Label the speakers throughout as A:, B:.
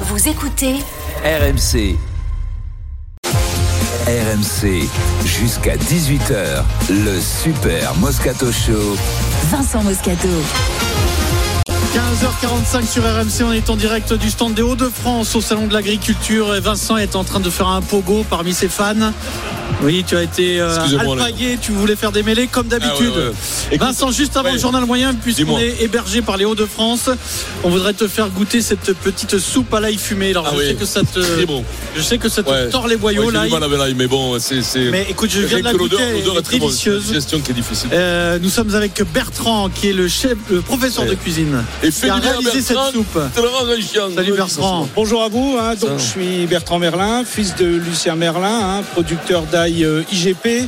A: Vous écoutez
B: RMC. RMC, jusqu'à 18h, le Super Moscato Show.
A: Vincent Moscato.
C: 15h45 sur RMC, on est en direct du stand des Hauts-de-France au Salon de l'Agriculture et Vincent est en train de faire un pogo parmi ses fans. Oui, tu as été euh,
D: Excusez-moi,
C: alpagué, tu voulais faire des mêlées comme d'habitude.
D: Ah ouais, ouais, ouais. Écoute,
C: Vincent, juste avant
D: ouais.
C: le journal moyen, puisqu'on
D: Dis-moi.
C: est hébergé par les Hauts-de-France, on voudrait te faire goûter cette petite soupe à l'ail fumée. Alors
D: Ah
C: je,
D: oui,
C: sais que ça te,
D: très bon.
C: je sais que ça te
D: Ouais.
C: tord les boyaux
D: Ouais, j'ai
C: là.
D: du mal avec l'ail, mais bon, c'est. c'est-
C: Mais écoute, je
D: rien
C: viens de la
D: que l'odeur,
C: goûter, elle
D: l'odeur
C: est
D: est très bonne. C'est
C: délicieuse.
D: une gestion qui est difficile.
C: Euh, nous sommes avec Bertrand qui est le chef, le professeur
D: Ouais.
C: de cuisine.
D: Et
C: qui a réalisé cette soupe. Salut Bertrand.
E: Bonjour à vous, hein. donc, je suis Bertrand Merlin, fils de Lucien Merlin, hein, producteur d'ail euh, IGP,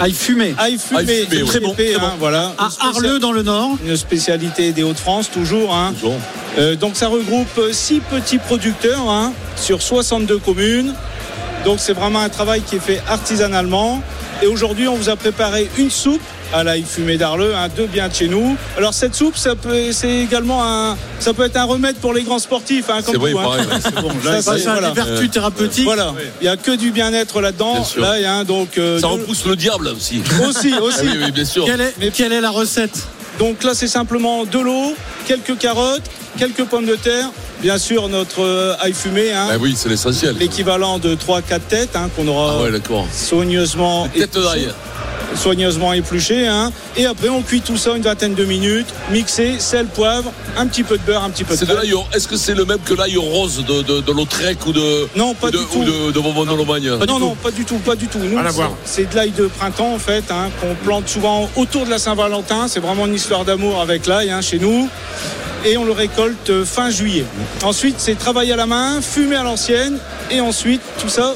C: Ail fumé.
E: ail fumé,
D: Ail fumé,
E: IGP,
D: très bon,
C: très
E: hein,
C: bon.
E: voilà,
C: À
E: Une spécia-
C: Arleux dans le Nord.
E: une spécialité des Hauts-de-France toujours. hein. Euh, donc ça regroupe euh, six petits producteurs hein, sur 62 communes. Donc c'est vraiment un travail qui est fait artisanalement. Et aujourd'hui, on vous a préparé une soupe à l'ail fumé d'Arleux, hein, de bien de chez nous. Alors cette soupe, ça peut, c'est également un, ça peut être un remède pour les grands sportifs, hein, comme
D: C'est vrai,
E: tout, hein.
D: pareil. ouais, c'est bon.
E: Ça,
C: Ça,
E: c'est-
C: c'est un
E: voilà.
C: vertu thérapeutique.
E: Voilà, il n'y a que du bien-être là-dedans.
D: Bien sûr.
E: Là, il y a un donc. euh,
D: Ça
E: de-
D: repousse le diable aussi.
E: Aussi,
D: Ah
E: aussi.
D: oui, oui, bien sûr.
C: Quelle est, quelle est la recette
E: Donc là, c'est simplement de l'eau, quelques carottes, quelques pommes de terre, bien sûr notre euh, ail fumé, hein,
D: Ah oui, c'est l'essentiel.
E: l'équivalent de 3-4 têtes hein, qu'on aura
D: Ah ouais, d'accord.
E: soigneusement,
D: Tête d'ail.
E: soigneusement épluchées. hein. Et après, on cuit tout ça une vingtaine de minutes, mixé, sel, poivre, un petit peu de beurre, un petit peu de
D: C'est de
E: crème.
D: l'ail. Est-ce que c'est le même que l'ail rose de, de, de l'Autrec ou de.
E: Non, pas
D: ou de,
E: du tout. Ah,
D: Ou de, de Bourbon de Lomagne
E: non, non, pas du tout, pas du tout. Nous,
F: Rien à
E: c'est-
F: voir.
E: c'est de l'ail de printemps en fait, hein, qu'on plante souvent autour de la Saint-Valentin. C'est vraiment une histoire d'amour avec l'ail hein, chez nous. Et on le récolte euh, fin juillet. Ensuite, c'est travailler à la main, fumer à l'ancienne, et ensuite tout ça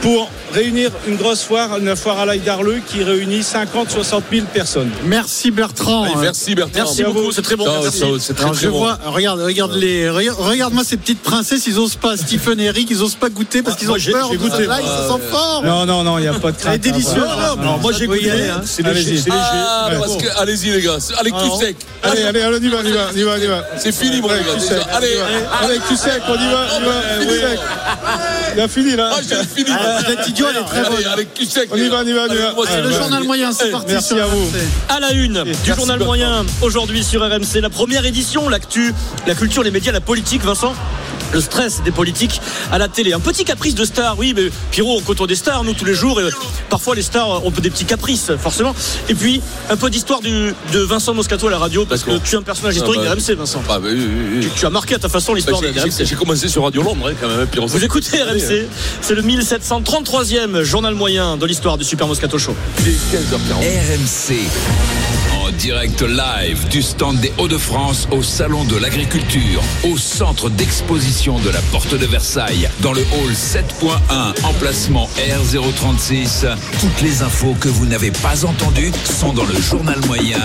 E: pour réunir une grosse foire, une foire à l'ail d'Arleux qui réunit 50-60 000 personnes.
C: Merci Bertrand.
D: Ah, Merci Bertrand.
C: Merci beaucoup, c'est très bon.
D: Ça,
C: merci.
D: ça, C'est très
C: Alors
D: très
C: je
D: bon.
C: vois, regarde, regarde les, regarde- regarde-moi ces petites princesses, ils osent pas, Stephen et Eric, ils osent pas goûter parce qu'ils ont peur. de ça. Là, ils se sentent forts.
E: Non, non, non, il n'y a pas de
C: Ça
E: crainte.
C: est délicieux.
E: hein, voilà.
C: moi j'ai goûté.
E: C'est léger. c'est léger.
D: Ah,
E: Ouais. Ah,
D: parce que, allez-y les gars, allez cul sec,
E: Allez, allez, allez, on y va, on y va, on y va, on y va.
D: c'est fini mon gars.
E: Avec
D: déjà. Allez,
E: Avec tu sec, on y va, on y va.
D: Ah,
E: cul
D: ouais.
E: sec. Il a fini là.
D: ah j'ai fini.
C: Cette idiote elle est très bonne.
D: Allez, avec cul sec.
E: On y va, on y va, on y va.
C: C'est le journal moyen, c'est
D: Eh,
C: parti.
E: merci
C: sur
E: à vous.
C: RMC.
G: à la une du
D: Merci
G: journal
D: Bertrand.
G: moyen aujourd'hui sur RMC. La première édition, l'actu, la culture, les médias, la politique, Vincent. Le stress des politiques à la télé. Un petit caprice de star, oui, mais Pierrot, on côtoie des stars, nous, tous les jours. Et euh, parfois, les stars ont des petits caprices, forcément. Et puis, un peu d'histoire du- de Vincent Moscato à la radio, parce que
D: D'accord.
G: tu es un personnage historique
D: bah,
G: d'RMC, Vincent.
D: Ah, bah, oui, oui, oui.
G: Tu as marqué à ta façon
D: Bah,
G: l'histoire
D: j'ai-
G: de
D: j'ai-
G: RMC.
D: J'ai commencé sur Radio Londres hein, quand même. hein, puis on
G: Vous
D: s'est-
G: écoutez RMC, c'est le 1733e journal moyen de l'histoire du Super Moscato Show.
D: Il est 15h40.
B: RMC. En direct live du stand des Hauts-de-France au Salon de l'Agriculture, au centre d'exposition de la Porte de Versailles, dans le hall 7.1, emplacement R036. Toutes les infos que vous n'avez pas entendues sont dans le journal moyen.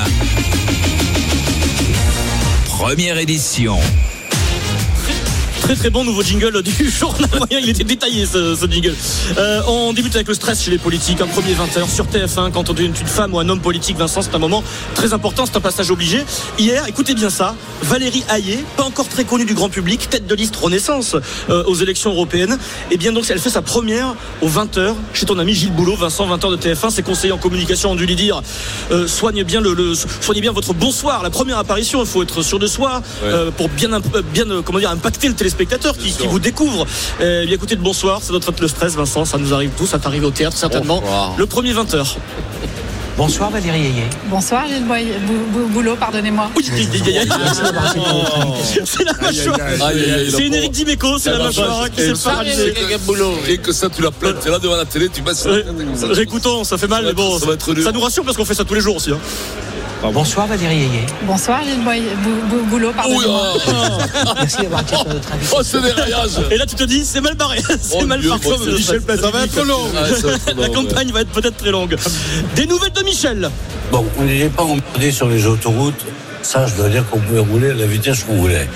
B: Première édition.
G: Très très bon nouveau jingle du journal moyen, il était détaillé ce, ce jingle. Euh, on débute avec le stress chez les politiques, un premier 20h sur TF1 quand on devient une femme ou un homme politique, Vincent, c'est un moment très important, c'est un passage obligé. Hier, écoutez bien ça, Valérie Hayé, pas encore très connue du grand public, tête de liste Renaissance euh, aux élections européennes, et bien donc elle fait sa première aux 20h chez ton ami Gilles Boulot, Vincent, 20h de TF1, ses conseillers en communication ont dû lui dire euh, soigne bien le, le- soignez bien votre bonsoir, la première apparition, il faut être sûr de soi,
D: Ouais.
G: euh, pour bien, imp- euh, bien euh, comment dire, impacter le téléspectateur qui,
D: Bien
G: qui
D: sûr.
G: vous découvre. Euh, eh bien écoutez, de bonsoir, ça doit être le stress, Vincent, ça nous arrive tous, ça t'arrive au théâtre certainement.
D: Bonsoir.
G: Le premier 20h.
H: Bonsoir Valérie Ayé.
I: Bonsoir Gilles Boy- Bou- Bou- Boulot, pardonnez-moi.
G: Oui, oui, oui, oui, oui. C'est la mâchoire.
D: Aïe, aïe, aïe,
G: C'est
D: la
G: une Eric
D: pauvre.
G: Dimeco, c'est la
D: la
G: mâchoire
D: vache,
G: qui s'est
D: c'est-
G: paralysée.
D: Rien que ça, tu la plains, t'es là devant la télé, tu passes.
G: Ouais. Récoutons, ça fait mal,
D: Ça va
G: mais bon,
D: être- ça va être dur.
G: ça nous rassure parce qu'on fait ça tous les jours aussi. hein.
H: Bonsoir Valérie Ayé.
I: Bonsoir Gilles Boy- Bou- Bou- Boulot,
D: Ouh,
I: pardonnez-moi.
H: Merci d'avoir été notre invité.
D: Ah Oh, ce déraillage
G: Et là, tu te dis, c'est mal barré, c'est
D: Oh,
G: mal
D: Dieu,
G: parti.
D: bon, c'est Michel
G: Ça va être long.
D: Ah, ça va être long,
G: La
D: ouais.
G: campagne va être peut-être très longue. Des nouvelles de Michel.
J: Bon, on n'est pas emmerdé sur les autoroutes. Ça, je dois dire qu'on pouvait rouler à la vitesse qu'on voulait.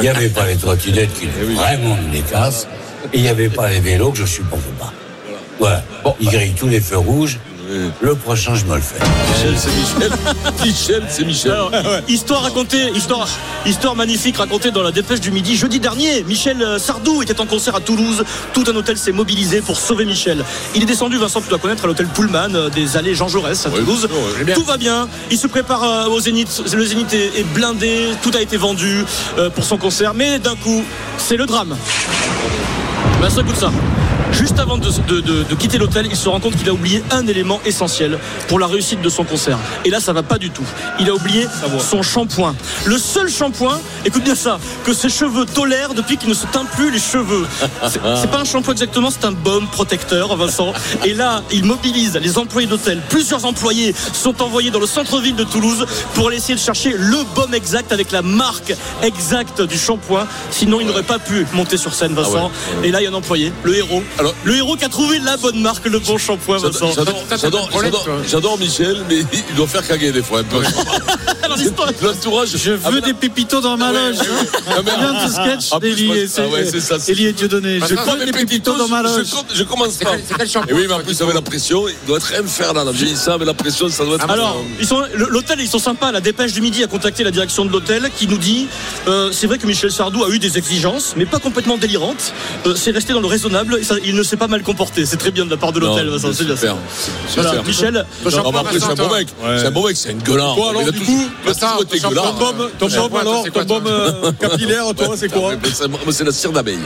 J: Il n'y avait pas les trottinettes qui
D: Eh
J: vraiment nous les cassent. Et il n'y avait pas les vélos que je supporte pas. Voilà. Bon, ils grillent tous les feux rouges. Le prochain, je me le fais.
D: Michel, c'est Michel. Ah Michel, c'est Michel.
G: Alors, histoire racontée, histoire, histoire magnifique racontée dans la dépêche du midi jeudi dernier. Michel euh, Sardou était en concert à Toulouse. Tout un hôtel s'est mobilisé pour sauver Michel. Il est descendu, Vincent, tu dois connaître, à l'hôtel Pullman euh, des allées Jean Jaurès à
D: Oui,
G: Toulouse.
D: oui, oui, bien.
G: Tout va bien. Il se prépare euh, au Zénith. Le Zénith est, est blindé. Tout a été vendu euh, pour son concert. Mais d'un coup, c'est le drame. Vincent, écoute ça. Juste avant de, de- de- de quitter l'hôtel, il se rend compte qu'il a oublié un élément essentiel pour la réussite de son concert. Et là, ça va pas du tout. Il a oublié son shampoing. Le seul shampoing, écoute bien ça, que ses cheveux tolèrent depuis qu'il ne se teint plus les cheveux. C'est c'est pas un shampoing exactement, c'est un baume protecteur, Vincent. Et là, il mobilise les employés d'hôtel. Plusieurs employés sont envoyés dans le centre-ville de Toulouse pour aller essayer de chercher le baume exact avec la marque exacte du shampoing. Sinon, il n'aurait pas pu monter sur scène, Vincent. Et là, il y a un employé, le héros.
D: Ah Alors-
G: le héros qui a trouvé la bonne marque, le bon shampoing, Vincent.
D: J'adore- J'adore j'adore- j'adore- j'adore Michel, mais il doit faire caguer des fois un peu.
G: Alors, l'histoire-
D: L'entourage.
C: Je veux des pépitos dans ma loge.
D: Ah, merde.
C: Bien ce sketch
D: Ah, plus,
C: d'Élie
D: moi,
C: et-
D: ah ouais, c'est ça, c'est-
C: Élie et Dieudonné. Je
D: Moi,
C: veux
D: mes
C: des pépitos dans ma
D: je-
C: loge.
D: Je, compte- je commence pas. Et Eh oui, mais en plus, avec la pression, il doit être infernal. J'ai dit ça, mais la pression, ça doit être.
G: Alors, ils sont- le- l'hôtel, ils sont sympas. La dépêche du midi a contacté la direction de l'hôtel qui nous dit euh, c'est vrai que Michel Sardou a eu des exigences, mais pas complètement délirantes. Euh, c'est resté dans le raisonnable et ça- il ne s'est pas mal comporté. C'est très bien de la part de l'hôtel,
D: Non,
G: Vincent. C'est bien
D: super.
G: ça.
D: C'est
G: Voilà,
D: super.
G: Michel,
D: Non, mais après, c'est un bon mec. C'est un bon mec, c'est une gueulard.
E: Toi, alors,
D: Il a
E: du
D: toujours-
E: coup,
D: il a toujours été gueulard.
G: Euh,
E: ton bombe alors, ton bombe euh, capillaire, toi, c'est quoi
D: Ah, mais c'est- mais C'est la cire d'abeille.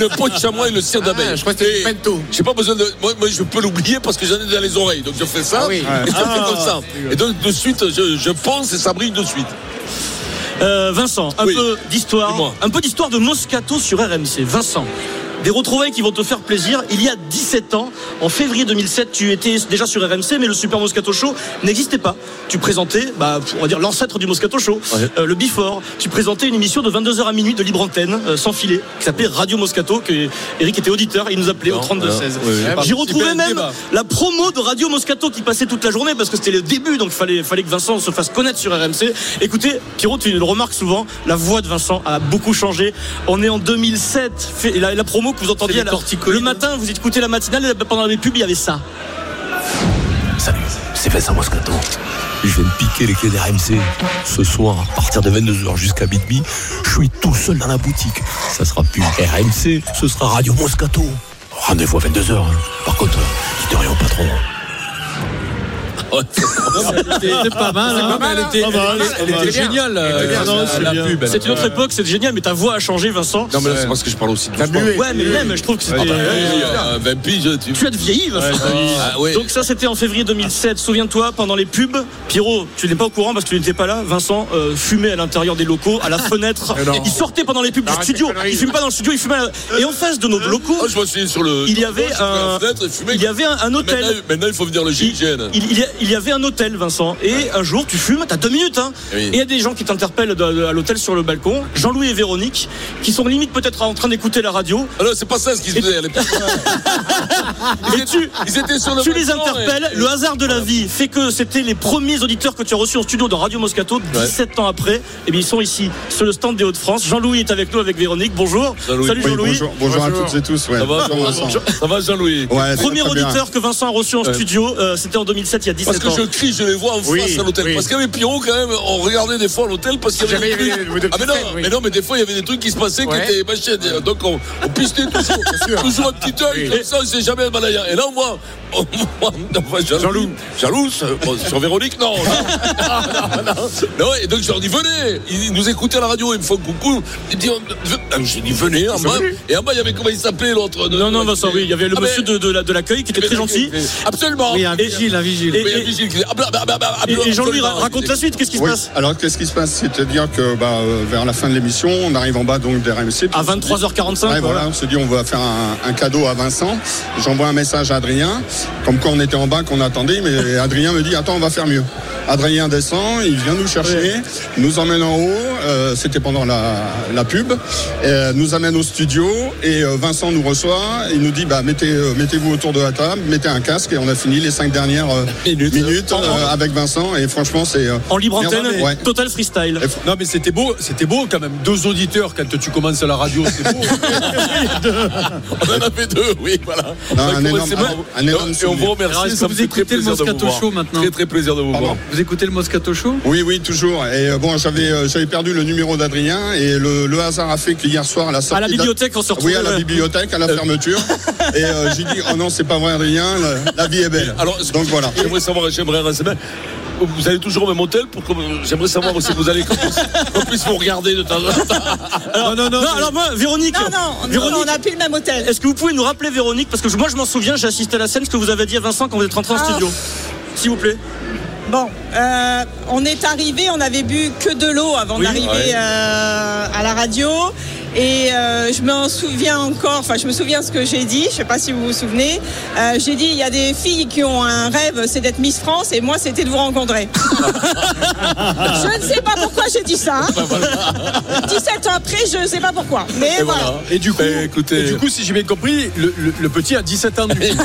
D: Une peau de chamois et le cire d'abeille.
F: je crois que c'est
D: Et
F: du pento.
D: J'ai pas besoin de. Moi, moi, je peux l'oublier parce que j'en ai dans les oreilles. Donc je fais ça.
F: Ah oui.
D: Et je fais comme ça. Et donc de suite, je, je pense et ça brille de suite.
G: Euh, Vincent, un
D: Oui.
G: peu d'histoire,
D: Dis-moi.
G: un peu d'histoire de Moscato sur RMC. Vincent. Des retrouvailles qui vont te faire plaisir. Il y a 17 ans, en février 2007, tu étais déjà sur RMC, mais le Super Moscato Show n'existait pas. Tu présentais, bah, on va dire l'ancêtre du Moscato Show,
D: Ouais.
G: euh, le Before. Tu présentais une émission de 22h à minuit de libre antenne, euh, sans filet, qui s'appelait Radio Moscato, que Eric était auditeur, il nous appelait au 32-16. J'y retrouvais même la promo de Radio Moscato qui passait toute la journée parce que c'était le début, donc fallait, fallait que Vincent se fasse connaître sur RMC. Écoutez, Pierrot, tu le remarques souvent, la voix de Vincent a beaucoup changé. On est en 2007, fait- la, la promo que vous entendiez à la- le matin, vous écoutez la matinale et pendant les pubs, il y avait ça.
K: Salut, c'est Vincent Moscato. Je vais me piquer les clés d'RMC. Ce soir, à partir de 22h jusqu'à minuit, je suis tout seul dans la boutique. Ça sera plus RMC, ce sera Radio Moscato. Rendez-vous à 22h. hein. Par contre, dites rien au patron. hein.
C: C'était pas mal. hein. Pas mal, pas mal.
F: géniale.
C: Non, c'est bien.
G: C'est une autre époque, c'est génial, mais ta voix a changé, Vincent.
D: Non, mais là, c'est parce que je parle aussi de
G: Ouais, mais même, je trouve que c'était.
D: Euh, 20 piges, tu.
G: Bah, Tu as de vieilli, Vincent.
D: Ah ouais.
G: Donc ça c'était en février 2007, souviens-toi, pendant les pubs, Pierrot, tu n'es pas au courant parce que tu n'étais pas là, Vincent euh, fumait à l'intérieur des locaux, à la fenêtre, il sortait pendant les pubs du
F: Arrête
G: studio,
F: tes conneries.
G: il fume pas dans le studio, il fumait à la- Et en face de nos locaux,
D: Ah, je me suis sur le.
G: il y avait
D: sur la
G: un,
D: fenêtre et fumé.
G: il y avait un, un
D: Maintenant,
G: hôtel.
D: maintenant, il faut venir le
G: Il,
D: GIGN.
G: il- il y a- il y avait un hôtel, Vincent, et un jour tu fumes, t'as deux minutes, hein,
D: Oui.
G: et il y a des gens qui t'interpellent de- de- à l'hôtel sur le balcon, Jean-Louis et Véronique, qui sont limite peut-être en train d'écouter la radio,
D: Ah non, c'est pas ça ce qui se faisait à l'époque. Ils
G: Et tu-
D: étaient- Ils étaient sur le.
G: Tu les
D: balcon et-
G: interpelles, le hasard de la vie fait que c'était les premiers auditeurs que tu as reçus en studio dans Radio Moscato 17 ans après. Et bien ils sont ici sur le stand des Hauts-de-France. Jean-Louis est avec nous avec Véronique. Bonjour.
D: Jean-Louis.
G: Salut
D: Oui,
G: Jean-Louis.
F: bonjour à toutes
E: et tous. Ouais.
D: Ça va, ça va, Jean-Louis
G: Premier auditeur que Vincent a reçu en
D: Ouais.
G: studio, euh, c'était en 2007, il y a
D: Parce
G: 17
D: que
G: ans.
D: je crie, je les vois en
F: Oui,
D: face à l'hôtel.
F: oui.
D: Parce qu'avec Pierrot, quand même, on regardait des fois à l'hôtel parce qu'il y avait
F: J'avais-
D: des
F: il y avait
D: trucs.
F: des- des
D: Ah, mais non,
F: petites têtes, oui.
D: mais non, mais des fois, il y avait des trucs qui se passaient
F: Ouais.
D: qui étaient machins. Donc, on, on pistait toujours.
F: sûr.
D: toujours un petit œil,
F: Oui.
D: comme ça, on sait jamais le malaya. Et là, on voit. on voit- on voit Jaloux. Jaloux, euh, bon, sur Véronique, non. Non, non, non. Non, et donc, je leur dis, venez. Ils nous écoutaient à la radio, ils me font coucou. Ils me disent, euh, j'ai dit, venez, en bas. Et en bas, il y avait comment il s'appelait l'autre de-
G: Non, non, Vincent, oui, il y avait le
D: Ah,
G: monsieur
D: mais-
G: de, de la- de l'accueil qui était très gentil.
D: Absolument.
C: Oui, un vigile, un vigile.
G: Et-
D: Mais il y a Brigitte qui dit, ah, bla, bla, bla, bla,
G: Et,
D: bla,
G: et Jean-Louis, ra-
D: absolument.
G: raconte la suite, qu'est-ce qui se passe
E: Alors qu'est-ce qui se passe C'est-à-dire que bah, euh, vers la fin de l'émission, on arrive en bas donc des RMC.
G: À 23h45.
E: Ouais, voilà, on se dit on va faire un, un cadeau à Vincent. J'envoie un message à Adrien, comme quand on était en bas, qu'on attendait, mais Adrien me dit attends on va faire mieux. Adrien descend, il vient nous chercher, nous emmène en haut, euh, c'était pendant la, la pub, euh, nous amène au studio et euh, Vincent nous reçoit, il nous dit bah mettez, euh, mettez-vous autour de la table, mettez un casque et on a fini les cinq dernières euh,
F: minutes. Minutes euh, avec Vincent et franchement c'est euh,
G: En libre antenne,
F: merveilleux. Ouais.
G: total freestyle.
L: Non mais c'était beau, c'était beau quand même. Deux auditeurs quand tu commences à la radio, c'est beau.
D: On en a fait deux, oui, voilà.
L: Non,
D: On a
L: un
D: commencé
L: énorme-
D: mal.
L: un- un énorme
D: et on vous
L: souvenir. Alors,
D: remercie.
L: est-ce
D: ça
L: que
D: me
L: vous
D: fait très
L: écoutez le
D: plaisir de vous
L: Moscato
D: voir.
L: Show maintenant
D: Très très plaisir de vous voir.
C: Vous écoutez le Moscato Show
F: Oui, oui, toujours. Et euh, bon, j'avais euh, j'avais perdu le numéro d'Adrien et le, le hasard a fait qu'hier soir à la sortie
G: la
F: de
G: bibliothèque, on se retrouvait,
F: Oui, à la
G: ouais.
F: bibliothèque, à la fermeture. et euh, j'ai dit oh non, c'est pas vrai, Adrien. La, la vie est belle.
D: Alors,
F: donc voilà.
D: J'aimerais savoir, j'aimerais renseigner. Vous allez toujours au même hôtel pour que j'aimerais savoir aussi vous allez qu'on puisse- qu'on puisse vous regarder de temps en temps.
G: Alors, non, alors moi, Véronique. Véronique, on n'a plus le même hôtel. Est-ce que vous pouvez nous rappeler, Véronique Parce que je- moi, je m'en souviens, j'ai assisté à la scène, ce que vous avez dit à Vincent quand vous êtes rentré en
M: Ah.
G: studio. S'il vous plaît.
M: Bon, euh, on est arrivé, on avait bu que de l'eau avant
G: Oui,
M: d'arriver
G: ouais.
M: euh, à la radio. Et euh, je m'en souviens encore, enfin je me souviens ce que j'ai dit, je sais pas si vous vous souvenez. Euh, j'ai dit, il y a des filles qui ont un rêve, c'est d'être Miss France, et moi c'était de vous rencontrer. je ne sais pas pourquoi j'ai dit ça. hein. 17 ans après, je ne sais pas pourquoi. Mais voilà.
L: Ah, Et du coup, et du coup, si j'ai bien compris, le, le- le petit a 17 ans. du coup.